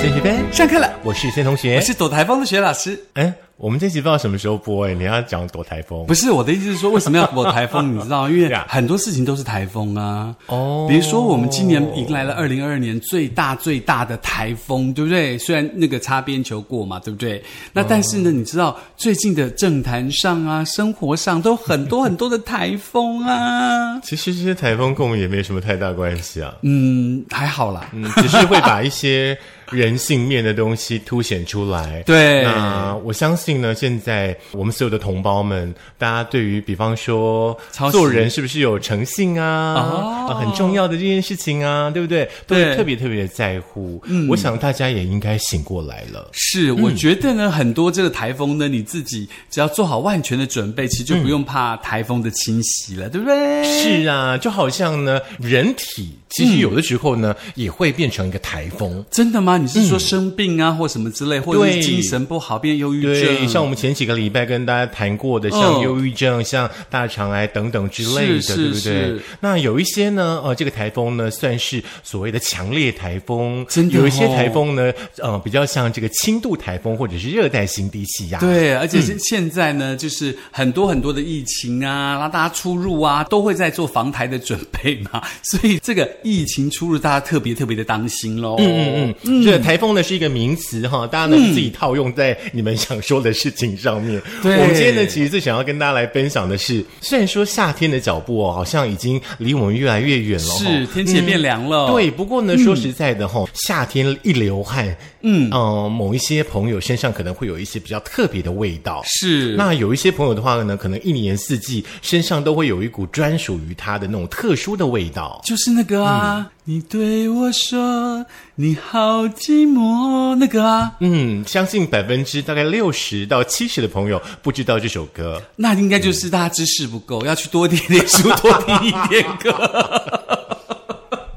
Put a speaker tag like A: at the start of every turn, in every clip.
A: 先学班，
B: 上课了，
A: 我是先同学。
B: 我是躲台风的学老师。
A: 哎，我们这集不知道什么时候播哎，你要讲躲台风
B: 不是我的意思是说，为什么要躲台风？你知 道，因为
A: Yeah.
B: 很多事情都是台风啊。
A: 哦
B: 比如说我们今年迎来了二零二二年最大最大的台风，对不对？虽然那个擦边球过嘛，对不对？那但是呢，你知道最近的政坛上啊，生活上都有很多很多的台风 啊。
A: 其实这些台风跟我们也没什么太大关系啊，
B: 嗯，还好啦。
A: 嗯，只是会把一些人性面的东西凸显出 来。
B: 对
A: 那我相信呢，现在我们所有的同胞们，大家对于比方说
B: 抄袭
A: 做人是不是有诚信啊，
B: 哦
A: 啊很重要的这件事情啊，对不对？嗯都
B: 对
A: 是特别特别的在乎。我想大家也应该醒过来了。
B: 是，我觉得呢，很多这个台风呢，你自己只要做好万全的准备，其实就不用怕台风的侵袭了，对不对？
A: 是啊，就好像呢，人体其实有的时候呢，也会变成一个台风。
B: 真的吗？你是说
A: 嗯
B: 生病啊，或什么之类，或者是精神不好变忧郁
A: 对，
B: 症？
A: 像我们前几个礼拜跟大家谈过的，
B: 嗯
A: 像忧郁症、像大肠癌等等之类的，
B: 是
A: 对不对
B: 是是？
A: 那有一些呢，呃，这个台风呢，算是所谓的强烈台风，
B: 真的
A: 有一些
B: 哦
A: 台风呢，呃，比较像这个轻度台风或者是热带型低气压。
B: 对，而且是
A: 嗯
B: 现在呢，就是很多很多的疫情啊，让大家出入啊，都会在做防台的准备嘛， 所以这个疫情出入，大家特别特别的当心喽。
A: 嗯嗯，这个台风呢是一个名词哈，大家呢自己套用在你们想说的事情上面。
B: 嗯对
A: 我们今天呢，其实最想要跟大家来分享的是，虽然说夏天的脚步哦，好像已经离我们越来越远了、哦，
B: 是天啊嗯气也变凉了，
A: 嗯对，不过呢，说实在的哈、夏天一流汗，嗯，呃，某一些朋友身上可能会有一些比较特别的味道。
B: 是
A: 那有一些朋友的话呢，可能一年四季身上都会有一股专属于他的那种特殊的味道。
B: 就是那个
A: 嗯
B: 啊，你对我说你好寂寞，那个啊，
A: 嗯，相信百分之大概六十到七十的朋友不知道这首歌。
B: 那应该就是
A: 嗯
B: 大家知识不够，要去多听点书，多听一点歌。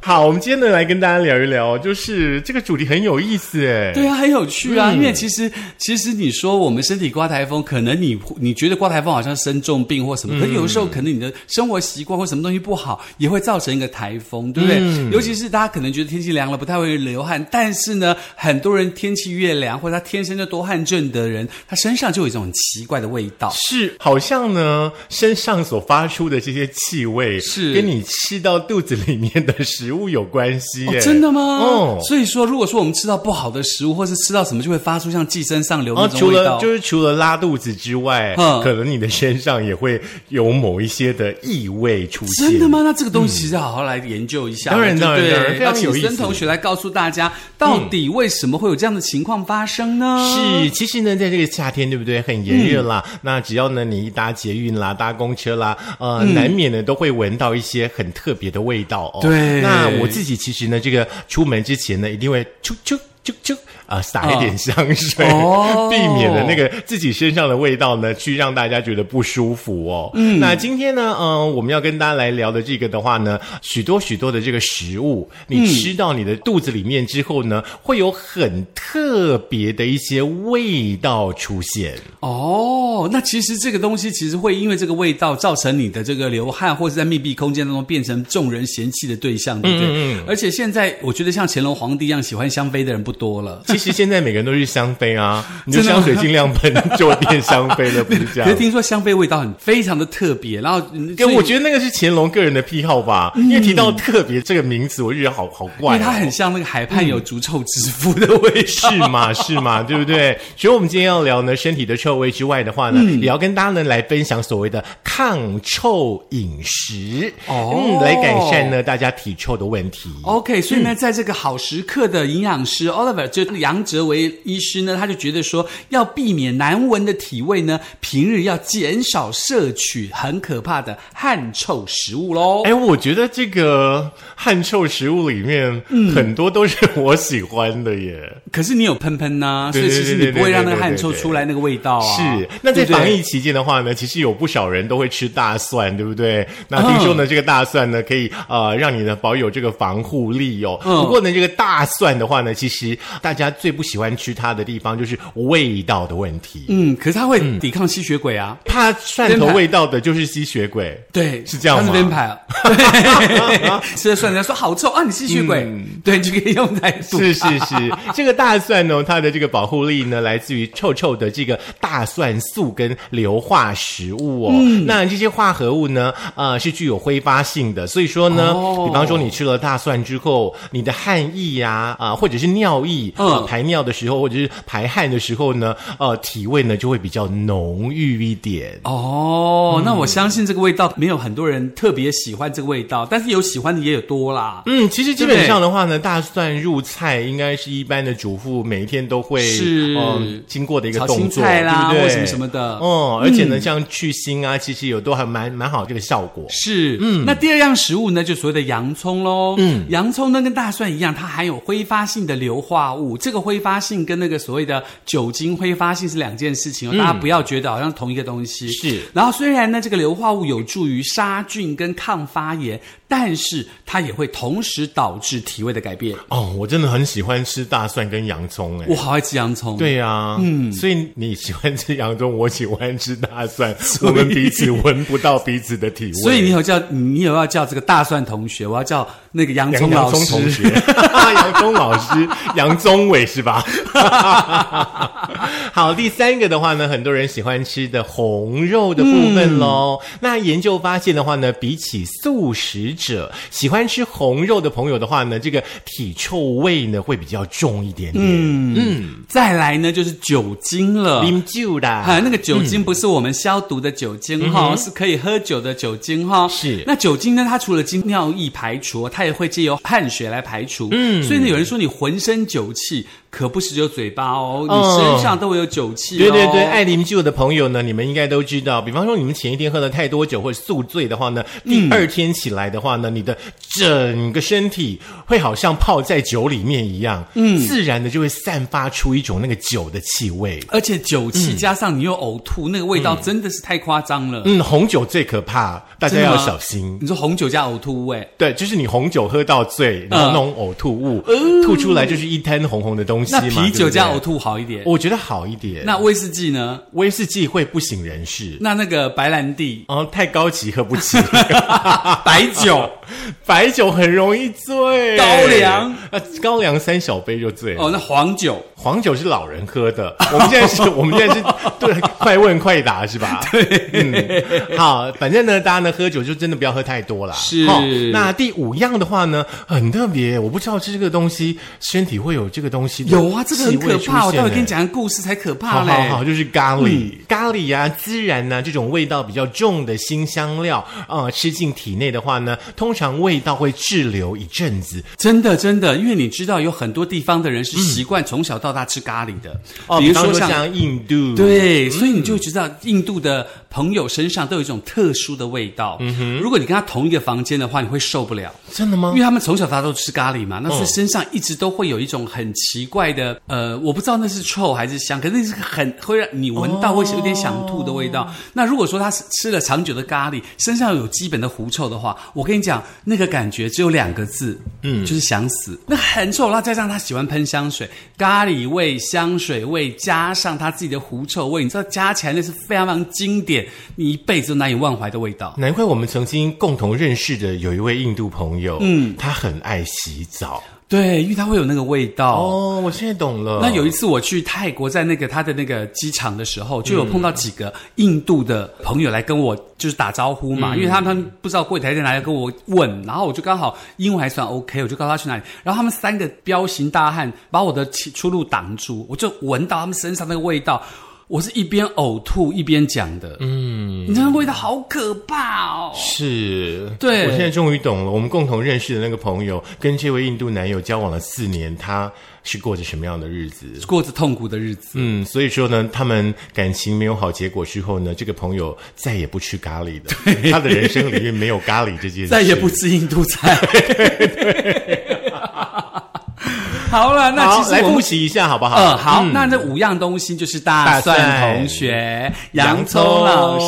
A: 好，我们今天呢来跟大家聊一聊，就是这个主题很有意思哎。
B: 对啊，很有趣啊，
A: 嗯
B: 因为其实其实你说我们身体刮台风，可能你你觉得刮台风好像生重病或什
A: 嗯
B: 么，可是有时候可能你的生活习惯或什么东西不好，也会造成一个台风，对不对？
A: 嗯
B: 尤其是大家可能觉得天气凉了不太会流汗，但是呢，很多人天气越凉或者他天生就多汗症的人，他身上就有一种很奇怪的味道。
A: 是，好像呢，身上所发出的这些气味，
B: 是
A: 跟你吃到肚子里面的食物有关系耶、
B: 哦，真的吗？
A: 哦。
B: 所以说，如果说我们吃到不好的食物，或是吃到什么，就会发出像寄生上流
A: 然
B: 那
A: 啊后除
B: 种味道。
A: 了就是除了拉肚子之外，
B: 嗯
A: 可能你的身上也会有某一些的异味出现。
B: 真的？吗？那这个东西其实要好好来研究一下。
A: 当然
B: 对不
A: 当
B: 对
A: 然当然非常
B: 要请
A: 有意思
B: 森同学来告诉大家，到底为什么会有这样的情况发生呢？
A: 嗯是，其实呢，在这个夏天，对不对？很炎热啦。那只要呢，你一搭捷运啦，搭公车啦，呃，难免呢都会闻到一些很特别的味道哦。
B: 对
A: 那我自己其实呢，这个出门之前呢，一定会啾啾。啾啾啊，撒一点香水，
B: 哦
A: 避免了那个自己身上的味道呢，去让大家觉得不舒服哦。嗯，那今天呢，嗯、我们要跟大家来聊的这个的话呢，许多许多的这个食物，你吃到你的肚子里面之后呢，会有很特别的一些味道出 现。
B: 哦，那其实这个东西其实会因为这个味道造成你的这个流汗，或是在密闭空间当中变成众人嫌弃的对象，对不对？
A: 嗯
B: 而且现在我觉得像乾隆皇帝一样喜欢香妃的人不多了。
A: 其实现在每个人都是香妃啊， 你就
B: 真的吗
A: 香水尽量喷，就会变香妃了，不是这
B: 可是
A: 样。
B: 听说香妃味道很非常的特别，然后嗯
A: 跟
B: 所以
A: 我觉得那个是乾隆个人的癖好吧，因为提到“特别”这个名词，我就觉得好好
B: 嗯因
A: 怪、哦。
B: 为它很像那个海畔
A: 嗯
B: 有逐臭之夫的味道。
A: 是嘛是嘛，对不对？所以，我们今天要聊呢，身体的臭味之外的话呢，也要跟大家呢来分享所谓的抗臭饮食，
B: 哦
A: 嗯，来改善呢大家体臭的问题。
B: OK，所以呢，在这个好时刻的营养师 Oliver 就杨哲维医师呢，他就觉得说，要避免难闻的体味呢，平日要减少摄取很可怕的汗臭食物喽。
A: 哎，我觉得这个汗臭食物里面、很多都是我喜欢的耶。
B: 可是你有喷喷呐、所
A: 对
B: 以
A: 对
B: 其实你不会让那个汗臭出来那个味道啊。
A: 是，那在
B: 对不对
A: 防疫期间的话呢，其实有不少人都会吃大蒜，对不对？那听说
B: 嗯
A: 呢，这个大蒜呢，可以呃让你呢保有这个防护力哦。
B: 嗯
A: 不过呢，这个大蒜的话呢，其实大家最不喜欢吃它的地方就是味道的问题。
B: 嗯，可是它会抵抗吸血鬼啊。
A: 怕蒜头味道的就是吸血鬼，
B: 对，
A: 是这样吗
B: 它是编排 啊，对 吃了蒜头说好臭啊，你吸血鬼，对，你就可以用来 堵
A: 是是是，这个大蒜呢，它的这个保护力呢，来自于臭臭的这个大蒜素跟硫化食物哦。
B: 嗯
A: 那这些化合物呢，呃，是具有挥发性的，所以说呢，
B: 哦
A: 比方说你吃了大蒜之后，你的汗液呀、啊，或者是尿液，
B: 嗯
A: 呃排尿的时候或者是排汗的时候呢，呃，体味呢就会比较浓郁一点。
B: 哦，
A: 嗯
B: 那我相信这个味道没有很多人特别喜欢这个味道，但是有喜欢的也有多啦。
A: 嗯，其实基
B: 对
A: 本上的话呢，大蒜入菜应该是一般的主妇每一天都会
B: 是
A: 嗯、经过的一个
B: 炒
A: 动
B: 青
A: 作，
B: 菜啦
A: 对不
B: 或
A: 对？
B: 什么什么的
A: 哦、而且呢，像去腥啊，其实有都还蛮蛮好这个效果。
B: 嗯是，嗯，那第二样食物呢，就所谓的洋葱喽。嗯，洋葱呢跟大蒜一样，它含有挥发性的硫化物。这个挥发性跟那个所谓的酒精挥发性是两件事情哦，大家不要觉得好像同一个东西。
A: 嗯是
B: 然后虽然呢，这个硫化物有助于杀菌跟抗发炎，但是它也会同时导致体味的改变。
A: 哦，我真的很喜欢吃大蒜跟洋葱哎
B: 我。好爱吃洋葱。。
A: 对呀、嗯，所以你喜欢吃洋葱，我喜欢吃大蒜，我们彼此闻不到彼此的体味，
B: 所以你有叫你有要叫这个大蒜同学，我要叫那个洋
A: 杨
B: 葱
A: 洋
B: 老
A: 葱
B: 师。
A: 同学， 杨宗老师，杨宗伟是吧？ 好，第三个的话呢，很多人喜欢吃的红肉的部分喽。那研究发现的话呢，比起素食者，喜欢吃红肉的朋友的话呢，这个体臭味呢会比较重一点点。嗯，
B: 再来呢就是酒精了。
A: 啉酒啦
B: 啊，，那个酒
A: 嗯
B: 精不是我们消毒的酒精哈、是可以喝酒的酒精哈、
A: 是
B: 那酒精呢，它除了经尿液排除，它也会借由汗血来排除。嗯，所以呢，有人说你浑身酒气，可不是只有嘴巴哦，
A: 哦
B: 你身上都会有酒气、哦。
A: 对对哎对，爱啉酒的朋友呢，你们应该都知道。比方说，你们前一天喝了太多酒或者宿醉的话呢，第二天起来的话呢，你的整个身体会好像泡在酒里面一样，嗯，自然的就会散发出一种那个酒的气味。
B: 而且酒气加上你又呕吐，那个味道真的是太夸张了。
A: 嗯，红酒最可怕，大家
B: 真的
A: 要
B: 吗
A: 小心。
B: 你说红酒加呕吐哎味，
A: 对，就是你红酒喝到醉，然后那种呕吐物、吐出来就是一滩红红的东西
B: 哦那
A: 嘛。
B: 啤酒
A: 对不对
B: 加呕，吐好一点。
A: 我觉得好一点。
B: 那威士忌呢？
A: 威士忌会不省人事，
B: 那那个白兰地、
A: 哦，太高级喝不 起。
B: 啊白酒。
A: 白酒很容易醉，
B: 高粱
A: 呃，高粱三小杯就醉了。
B: 哦，那黄酒，
A: 黄酒是老人喝的，我们现在 是，我们现在是对，快问快答是吧？对，嗯，好，反正呢，大家呢喝酒就真的不要喝太多啦。
B: 是
A: 那第五样的话呢，很特别，我不知道吃这个东西身体会有这个东西的
B: 有啊，这个很
A: 气味
B: 可
A: 出
B: 怕。我
A: 现
B: 待会
A: 欸
B: 跟你。讲个故事才可怕
A: 好
B: 嘞。
A: 好好，就是咖喱、咖喱呀、孜然呐、这种味道比较重的新香料，呃，吃进体内的话呢，通常味道会滞留一阵子，
B: 真的真的，因为你知道有很多地方的人是习惯从小到大吃咖喱的，
A: 哦，
B: 嗯比如
A: 方
B: 说
A: 说
B: 像。嗯
A: 像印度，，
B: 对，所以你就会知道印度的朋友身上都有一种特殊的味道。如果你跟他同一个房间的话，你会受不了，
A: 真的吗
B: 因为？他们从小到大都吃咖喱嘛，那所以身上一直都会有一种很奇怪的，呃，我不知道那是臭还是香，可是那是很会让你闻到会有点想吐的味道。那如果说他是吃了长久的咖喱，身上有基本的狐臭的话，我跟你讲，那个感觉只有两个字，嗯，就是想死。那很臭，然后再加上他喜欢喷香水，咖喱味、香水味加上他自己的狐臭味，你知道加起来那是非常非常经典，你一辈子都难以忘怀的味道。
A: 难怪我们曾经共同认识的有一位印度朋友，嗯，他很爱洗澡。
B: 对，因为它会有那个味道。
A: 哦，我现在懂了。
B: 那有一次我去泰国，在那个他的那个机场的时候，就有碰到几个印度的朋友来跟我就是打招呼嘛，因为他们他们不知道柜台在哪里，跟我问，然后我就刚好英文还算 OK，我就告诉他去哪里，然后他们三个彪形大汉把我的起出路挡住，我就闻到他们身上那个味道。我是一边呕吐一边讲的，嗯，你知道那味道好可怕哦，
A: 是，
B: 对
A: 我现在终于懂了。我们共同认识的那个朋友，跟这位印度男友交往了四年，他是过着什么样的日子？
B: 过着痛苦的日子。
A: 嗯，所以说呢，他们感情没有好结果之后呢，这个朋友再也不吃咖喱的，他的人生里面没有咖喱这件事，
B: 再也不吃印度菜。好了，那
A: 好
B: 其实
A: 来
B: 我
A: 复
B: 们。
A: 习一下好不好？
B: 嗯，好，那这五样东西就是大
A: 大
B: 蒜
A: 蒜
B: 同学、
A: 洋
B: 洋葱老师，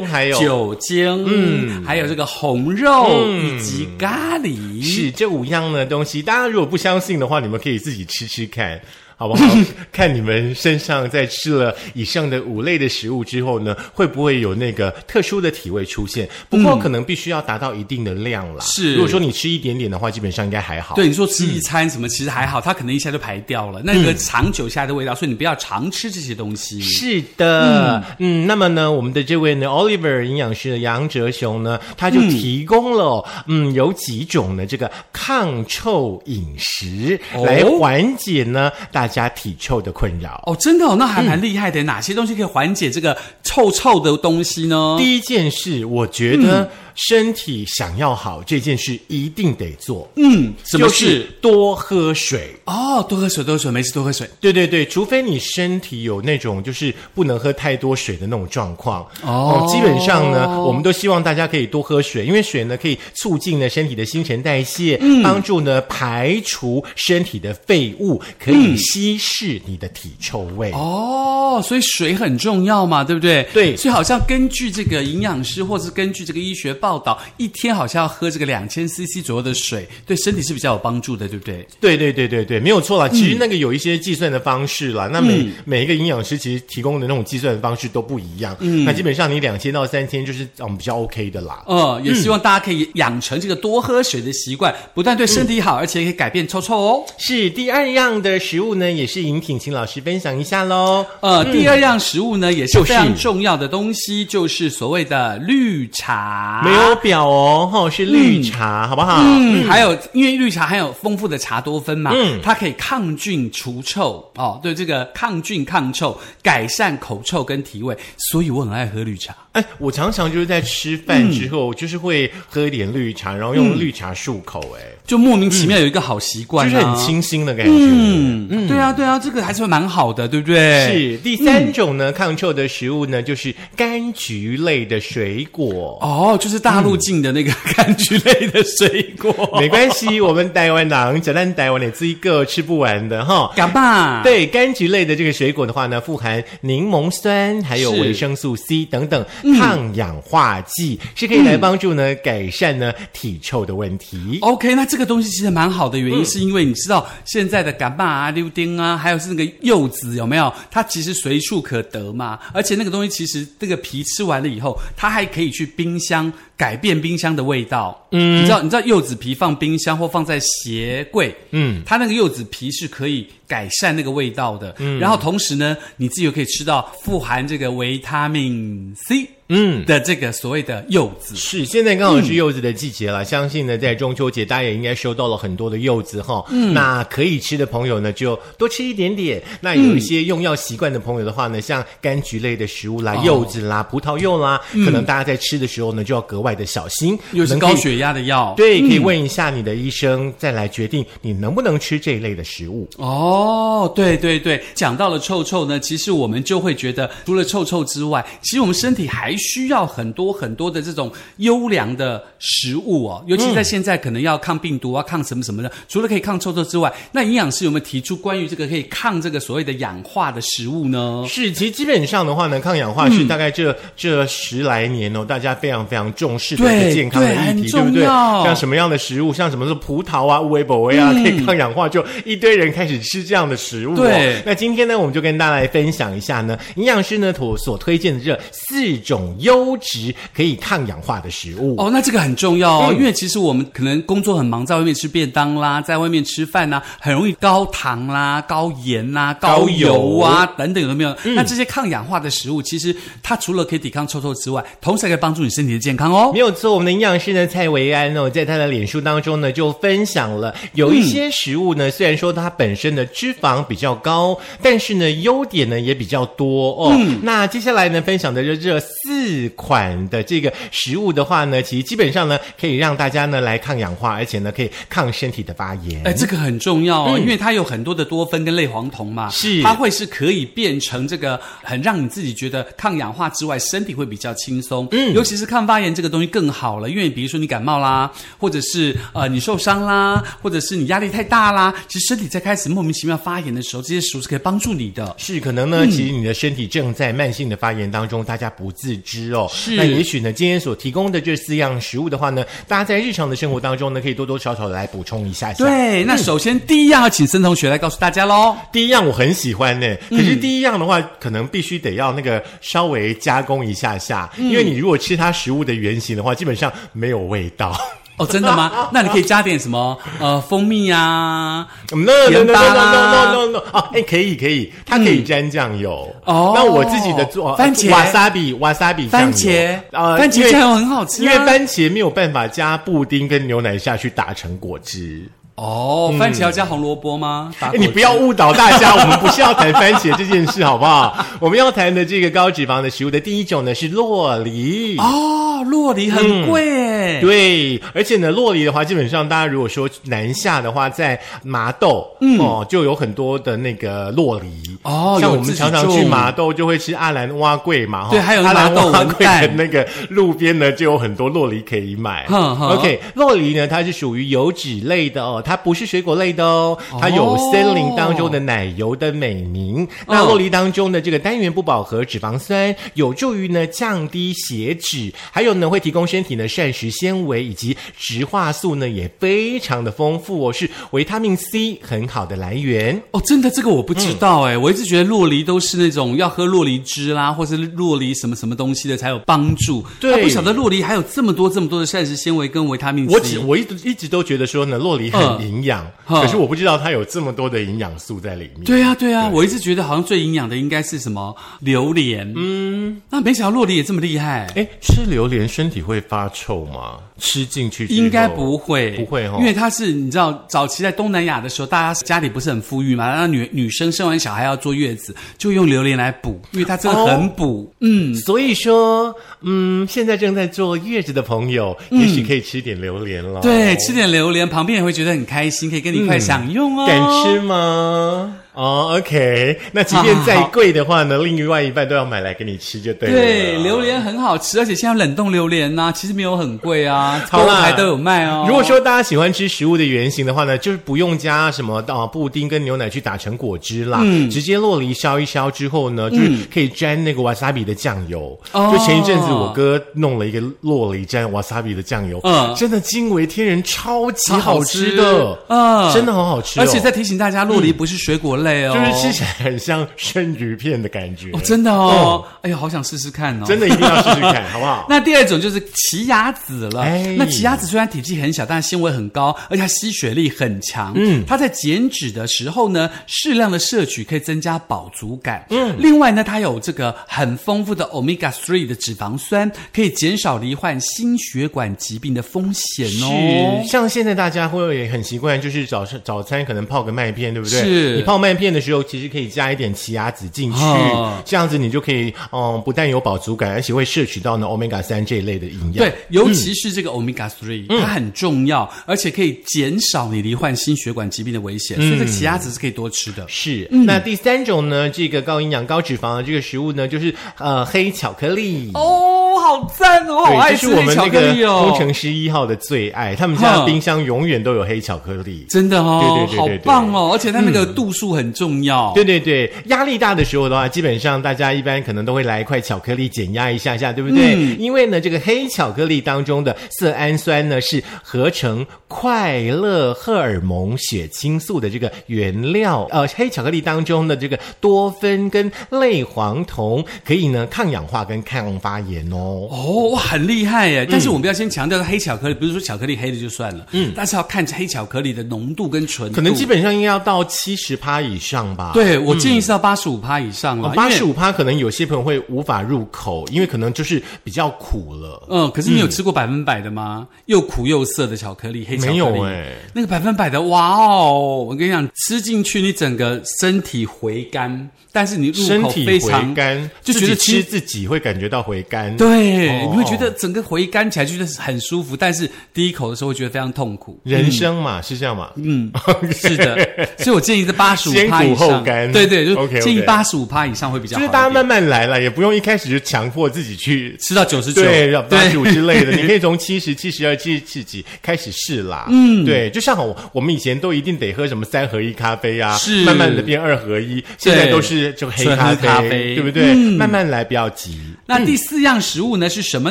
A: 葱还有
B: 酒精，嗯，还有这个红肉
A: 嗯
B: 以及咖喱。
A: 是这五样的东西，大家如果不相信的话，你们可以自己吃吃看。好不好？ 看你们身上在吃了以上的五类的食物之后呢，会不会有那个特殊的体味出现？不过可能必须要达到一定的量啦。
B: 嗯是
A: 如果说你吃一点点的话，基本上应该还好。
B: 对，你说吃一餐什么，其实还好，它可能一下就排掉了，那个长久下来的味道，所以你不要常吃这些东西。
A: 嗯是的，嗯那么呢，我们的这位呢，Oliver 营养师的杨哲雄呢，他
B: 嗯
A: 就提供了哦、嗯，有几种呢这个抗臭饮食、
B: 哦
A: 来缓解呢大家体臭的困扰。
B: 哦，真的哦，那还蛮厉
A: 嗯
B: 害的。哪些东西可以缓解这个臭臭的东西呢？
A: 第一件事，我觉
B: 嗯
A: 得身体想要好、这件事一定得做，
B: 嗯，什么
A: 就
B: 事？
A: 是多喝水。
B: 哦，多喝水，多喝水，没事多喝水。
A: 对对对，除非你身体有那种就是不能喝太多水的那种状况
B: 哦
A: 基本上呢，我们都希望大家可以多喝水，因为水呢可以促进呢身体的新陈代谢，
B: 嗯
A: 帮助呢排除身体的废物，可以稀释你的体臭味。
B: 哦，所以水很重要嘛，对不对？
A: 对
B: 所以好像根据这个营养师或是根据这个医学报道，一天好像要喝这个两千 CC 左右的水，对身体是比较有帮助的，对不对？
A: 对对对对对，没有
B: 嗯
A: 错啦。其实那个有一些计算的方式啦，那每每一个营养师其实提供的那种计算的方式都不一样。
B: 嗯
A: 那基本上你两千到三千就是嗯比较 OK 的啦。
B: 呃，也希望大家可以养成这个多喝水的习惯，不但对身体好，而且可以改变臭臭哦。
A: 是第二样的食物呢，也是尹挺秦老师分享一下喽。
B: 呃，第二样食物呢，也是
A: 就是
B: 非常重要的东西，就是所谓的绿茶。
A: 没有表哦，哈、是绿茶，好不好？
B: 嗯，还有因为绿茶含有丰富的茶多酚嘛，
A: 嗯
B: 它可以抗菌除臭哦，对这个抗菌抗臭，改善口臭跟体味，所以我很爱喝绿茶。
A: 哎，我常常就是在吃饭之
B: 嗯
A: 后，就是会喝一点绿茶，然后用绿茶漱口、
B: 就莫名其妙有一个好习
A: 哎、
B: 惯、啊
A: 就是很。清新的感觉。
B: 嗯哎嗯，对啊对啊，这个还是蛮好的，对不对？。
A: 是第三种呢，抗臭的食物呢，就是柑橘类的水果。
B: 哦，就是大
A: 嗯
B: 陆进的那个 柑橘类的水 果，
A: 没关系，我们台湾人只但台湾你自己个吃不完的哈。
B: 干嘛？
A: 对柑橘类的这个水果的话呢，富含柠檬酸，还有
B: 是嗯
A: 维生素 C 等等抗氧化剂，是可以来帮助呢、改善呢体臭的问题。
B: OK，那这个东西其实蛮好的，原
A: 嗯
B: 因是因为你知道现在的干巴啊、溜丁啊，还有是那个柚子有没有？它其实随处可得嘛，而且那个东西其实这个皮吃完了以后，它还可以去冰箱改变冰箱的味道。嗯，你知道你知道柚子皮放冰箱或放在鞋柜，嗯，它那个柚子皮是可以改善那个味道的。嗯，然后同时呢，你自己又可以吃到富含这个维他命 C
A: 嗯。
B: 的这个所谓的柚子。
A: 是，现在刚好
B: 嗯
A: 是柚子的季节了，相信呢，在中秋节大家也应该收到了很多的柚子哈。嗯，那可以吃的朋友呢，就多吃一点点。那有一些用药习惯的朋友的话呢，像柑橘类的食物啦、
B: 嗯哦
A: 柚子啦、葡萄柚啦，可能大家在吃的时候呢，就要格外的小心，
B: 又是
A: 可能可
B: 高
A: 以
B: 血压的药，
A: 对，可以问一下你的医生，再来决定你能不能吃这一类的食物。
B: 哦，对对对，讲到了臭臭呢，其实我们就会觉得，除了臭臭之外，其实我们身体还需要很多很多的这种优良的食物哦，尤其在现在可能要抗病毒啊、抗什么什么的，除了可以抗臭臭之外，那营养师有没有提出关于这个可以抗这个所谓的氧化的食物呢？
A: 嗯是，其实基本上的话呢，抗氧化是大概这、这十来年哦，大家非常非常重视的一个
B: 对
A: 健康的
B: 对
A: 议
B: 很
A: 题，对不
B: 重
A: 对？
B: 要
A: 像什么样的食物，像什么是葡萄啊、微博啊，可以抗氧化，就一堆人开始吃这样的食物、哦。
B: 对
A: 那今天呢，我们就跟大家来分享一下呢，营养师呢所所推荐的这四种优质可以抗氧化的食物。
B: 哦，那这个很重要哦，
A: 嗯
B: 因为其实我们可能工作很忙，在外面吃便当啦，在外面吃饭啦，很容易高糖啦、高盐啦、
A: 高
B: 高
A: 油
B: 油啊等等，有没有？那这些抗氧化的食物，其实它除了可以抵抗臭臭之外，同时还可以帮助你身体的健康哦
A: 没。有错，我们的营养师呢蔡维安哦，在他的脸书当中呢就分享了有一些食物呢，虽然说它本身的脂肪比较高，但是呢优点呢也比较多哦。那接下来呢分享的这这四款的这个食物的话呢，其实基本上呢可以让大家呢来抗氧化，而且呢可以抗身体的发炎。
B: 哎，这个很重要哦，因为它有很多的多酚跟类黄酮嘛，
A: 嗯是
B: 它会是可以变成这个很让你自己觉得抗氧化之外，身体会比较轻松。嗯，尤其是抗发炎这个东西更好了，因为比如说你感冒啦，或者是呃你受伤啦，或者是你压力太大啦，其实身体在开始莫名其妙发炎的时候，这些食物是可以帮助你的。
A: 是可能呢，其实你的身体正在慢性的发炎当中，大家不自知哦。
B: 是
A: 那也许呢，今天所提供的这四样食物的话呢，大家在日常的生活当中呢，可以多多少少的来补充一下下。
B: 对，那首先第一样要请森同学来告诉大家喽。
A: 第一样我很喜欢呢、
B: 嗯
A: 可是第一样的话，可能必须得要那个稍微加工一下下，
B: 嗯
A: 因为你如果吃它食物的原型的话，基本上没有味道。
B: 哦，真的 吗？那你可以加点什么？呃，蜂蜜啊，
A: 嗯 no no
B: 甜
A: no
B: 吧
A: no
B: 啦嗯
A: no no no no 哦，哎，可以可以，它可以沾酱油
B: 哦
A: 那我自己的做呃
B: 番茄
A: 瓦萨比瓦萨比
B: 番茄番茄酱油很好吃啊
A: 呃因为番茄没有办法加布丁跟牛奶下去打成果汁。
B: 哦，番茄要加红萝卜吗？打
A: 哎，
B: 啊果
A: 你
B: 汁
A: 不要误导大家，我们不是要谈番茄这件事，好不好？我们要谈的这个高脂肪的食物的第一种呢是洛梨。
B: 哦，洛梨很贵哎、
A: 嗯对，而且呢，洛梨的话，基本上大家如果说南下的话，在麻豆，哦，就有很多的那个洛梨。
B: 嗯哦
A: 像
B: 有
A: 我
B: 自
A: 们
B: 己
A: 常常去
B: 种
A: 麻豆，就会吃阿兰蛙桂嘛，哈
B: 对还有
A: 阿兰
B: 麻豆
A: 蛙
B: 文
A: 桂的
B: 旦
A: 那个路边呢，就有很多洛梨可以买。
B: 哼哼
A: OK，洛梨呢，它是属于油脂类的哦，它不是水果类的哦，它有
B: 哦
A: 森林当中的奶油的美宁。那
B: 嗯
A: 洛梨当中的这个单元不饱和脂肪酸，有助于呢降低血脂，还有呢会提供身体呢膳食纤维以及植化素呢也非常的丰富哦，是维他命 C 很好的来源。
B: 哦，真的这个我不知道哎、我一直觉得洛梨都是那种要喝洛梨汁啦，或是洛梨什么什么东西的才有帮助。
A: 对
B: 但不晓得洛梨还有这么多这么多的膳食纤维跟维他命 C。
A: 我只我一直一直都觉得说呢，洛梨很
B: 嗯
A: 营养，
B: 嗯
A: 可是我不知道它有这么多的营养素在里面。
B: 对呀、对呀、
A: 啊
B: 我一直觉得好像最营养的应该是什么榴莲，嗯，那没想到洛梨也这么厉害，
A: 哎，吃榴莲身体会发臭吗？吃进去之后
B: 应该不会，
A: 不会哦
B: 因为它是你知道，早期在东南亚的时候，大家家里不是很富裕嘛，那女女生生完小孩要坐月子，就用榴莲来补，因为它真的
A: 哦
B: 很补，嗯，
A: 所以说，嗯，现在正在坐月子的朋友，也许可以吃点榴莲了。
B: 嗯对，吃点榴莲，旁边也会觉得很开心，可以跟你一块享用哦，
A: 敢嗯吃吗？哦，OK，那即便
B: 啊
A: 再贵的话呢，另外一半都要买来给你吃就对了。
B: 对，榴。莲很好吃，而且现在有冷冻榴莲呐、其实没有很贵啊，
A: 好
B: 购物
A: 啦
B: 台都有卖哦。
A: 如果说大家喜欢吃食物的原型的话呢，就是不用加什么啊布丁跟牛奶去打成果汁啦，
B: 嗯
A: 直接洛梨烧一烧之后呢，就是可以沾那个 wasabi 的酱油。
B: 哦
A: 就前一阵子我哥弄了一个洛梨沾 wasabi 的酱油，
B: 嗯
A: 真的惊为天人，超级
B: 超好
A: 好吃
B: 吃
A: 的，
B: 嗯
A: 真的很好吃哦、
B: 而且再提醒大家，洛梨不是水果类哦，
A: 嗯就是吃起来很像生鱼片的感觉，
B: 哦，真的哦，哎呀，好想试试看哦，
A: 真的一定要试试看，好不好？
B: 那第二种就是奇亚籽了。
A: 哎
B: 那奇亚籽虽然体积很小，但是纤维很高，而且它吸水力很强。嗯，它在减脂的时候呢，适量的摄取可以增加饱足感。嗯，另外呢，它有这个很丰富的 omega three 的脂肪酸，可以减少罹患心血管疾病的风险哦
A: 是，。像现在大家会也很习惯，就是早上早餐可能泡个麦片，对不对？
B: 是
A: 你泡麦片的时候，其实可以加一点奇亚籽进去，
B: 哦
A: 这样子你就可以，嗯，不但有饱足感，而且会摄取到呢 omega 三这一类的营养。
B: 对，，尤其是这个 omega three，、它很重要，而且可以减少你罹患心血管疾病的危险，所以这个奇亚籽是可以多吃的。
A: 是。那第三种呢，这个高营养、高脂肪的这个食物呢，就是呃黑巧克力。
B: 哦，好赞哦，好
A: 对，
B: 爱
A: 这是
B: 吃
A: 我
B: 黑
A: 们
B: 巧
A: 那
B: 克
A: 个
B: 力哦，
A: 工程师一号的最爱，他们家
B: 哼
A: 冰箱永远都有黑巧克力。
B: 真的哦，
A: 对对对对对嗯
B: 好棒哦，而且它那个度数很重要。
A: 对对对，压力大的时候的话，基本上大家一般可能都会来一块巧克力减压一下下，对不对？因为呢，这个黑巧克力当中的色氨酸呢是合成快乐荷尔蒙血清素的这个原料，呃，黑巧克力当中的这个多酚跟类黄酮可以呢抗氧化跟抗发炎哦。
B: 哦，哇，很厉害
A: 嗯
B: 耶！但是我们要先强调，黑巧克力不是说巧克力黑的就算了，嗯，但是要看黑巧克力的浓度跟纯度。
A: 可能基本上应该要到七十趴以上吧。。
B: 对我建议是到八十五趴以上了，
A: 哦八
B: 因为
A: 十五趴可能有些朋友会无法入口，因为可能就是比较苦了。
B: 嗯，可是你有吃过百分百的吗？又苦又涩的巧克力，黑巧克力。
A: 没有欸
B: 那个百分百的，哇哦！我跟你讲，吃进去你整个身体回甘，但是你入
A: 身
B: 口
A: 体
B: 非
A: 回
B: 常
A: 甘，
B: 就觉得
A: 自己吃
B: 吃
A: 自己会感觉到回甘。
B: 对对，
A: 哦
B: 你会觉得整个回忆干起来觉得很舒服，但是第一口的时候会觉得非常痛苦。
A: 人生嘛，是这样嘛？嗯，
B: 是的，所以我建议是八十五
A: 先
B: 趴
A: 苦
B: 以
A: 后
B: 上，
A: 甘
B: 对对，就
A: OK，OK
B: 建议八十五趴以上会比较
A: 就
B: 好一
A: 是
B: 点。
A: 大家慢慢来了，也不用一开始就强迫自己去。
B: 吃到九十九，
A: 对，要八十五之 类的，你可以从七十、七十二、七十几开始试啦。嗯，对，就像我我们以前都一定得喝什么三合一咖啡啊，
B: 是
A: 慢慢的变二合一，现在都是就黑
B: 纯
A: 咖
B: 喝
A: 啡，
B: 咖啡嗯
A: 对不对？慢慢来，不要急。
B: 那第四样食物呢是什么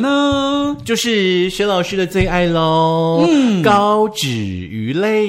B: 呢？
A: 就是薛老师的最爱喽，嗯，高脂鱼类，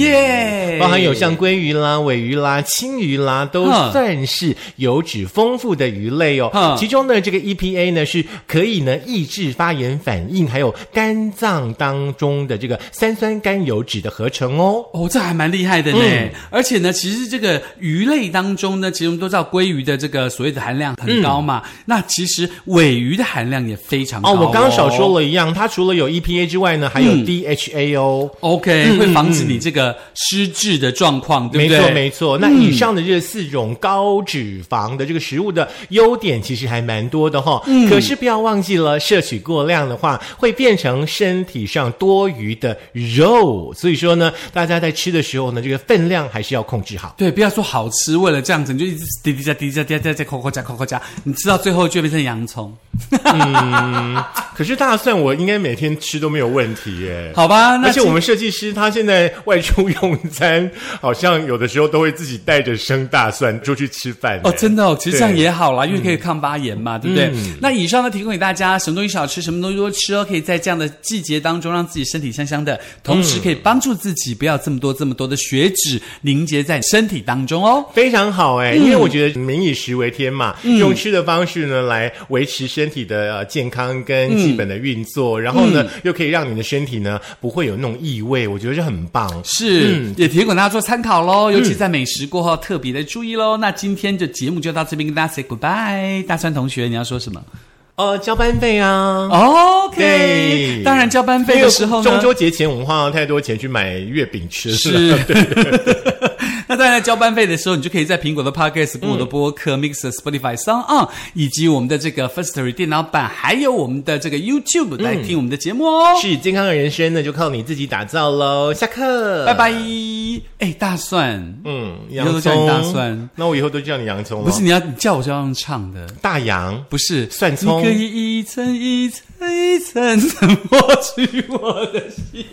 B: 耶
A: 包含有像鲑鱼啦、尾鱼啦、青鱼啦，都
B: 哼
A: 算是油脂丰富的鱼类哦
B: 哼。
A: 其中呢，这个 EPA 呢是可以呢抑制发炎反应，还有肝脏当中的这个三酸甘油脂的合成哦。
B: 哦，这还蛮厉害的呢。
A: 嗯
B: 而且呢，其实这个鱼类当中呢，其实我们都知道鲑鱼的这个所谓的含量很高嘛。那其实尾鱼的含量也非常
A: 嗯
B: 高
A: 哦，
B: 哦。
A: 我刚刚少说了一样，它除了有 EPA 之外呢，还有 DHA 哦。
B: ，OK，会防止你这个失智的状况，对
A: 没
B: 不对？
A: 错，没错。那以上的这四种高脂肪的这个食物的优点，其实还蛮多的哈、可是不要忘记了，摄取过量的话，会变成身体上多余的肉。所以说呢，大家在吃的时候呢，这个分量还是要控制好。
B: 对，不要说好吃，为了这样子你就一直滴滴加滴滴加滴滴加加扣扣加扣扣加，你吃到最后就变成洋葱，
A: 可是大蒜，我应该每天吃都没有问题 耶。
B: 好吧？那
A: 而且
B: 其
A: 我们设计师他现在外出用餐，好像有的时候都会自己带着生大蒜出去吃饭耶。
B: 哦，真的哦，其实这样
A: 对
B: 也好啦，因为可以抗发炎嘛，对不对？那以上呢，提供给大家什么东西少吃，什么东西多吃哦，可以在这样的季节当中让自己身体香香的，同时可以帮助自己不要这么多这么多的血脂凝结在身体当中哦。
A: 非常好哎、因为我觉得民以食为天嘛，
B: 嗯
A: 用吃的方式呢来维持身体的、呃、健康跟基本的运作，
B: 嗯
A: 然后呢、又可以让你的身体呢不会有那种异味，我觉得是很棒。
B: 是，也提供给大家做参考喽，尤其在美食过后特别的注意喽。那今天的节目就到这边，跟大家 say goodbye。大川同学，你要说什么哦
A: 呃，交班费啊。
B: ？OK，
A: 对
B: 当然交班费的时候呢，
A: 中秋节前我们花了太多钱去买月饼吃了，
B: 是， 那当然，交班费的时候，你就可以在苹果的 Podcast、Google 的播客、Mixer、Spotify、s o n On，以及我们的这个 Firstory 电脑版，还有我们的这个 YouTube 来听我们的节目哦。
A: 是健康的人生呢就靠你自己打造喽。下课，
B: 拜。拜。哎，大蒜，
A: 嗯，
B: 以后
A: 洋
B: 都叫你
A: 葱
B: 大蒜，
A: 那我以后都叫你洋葱了。
B: 不是你要你叫我这样唱的。
A: 大洋，
B: 不是
A: 蒜葱
B: 你可以一层一层一层地抹去我的心。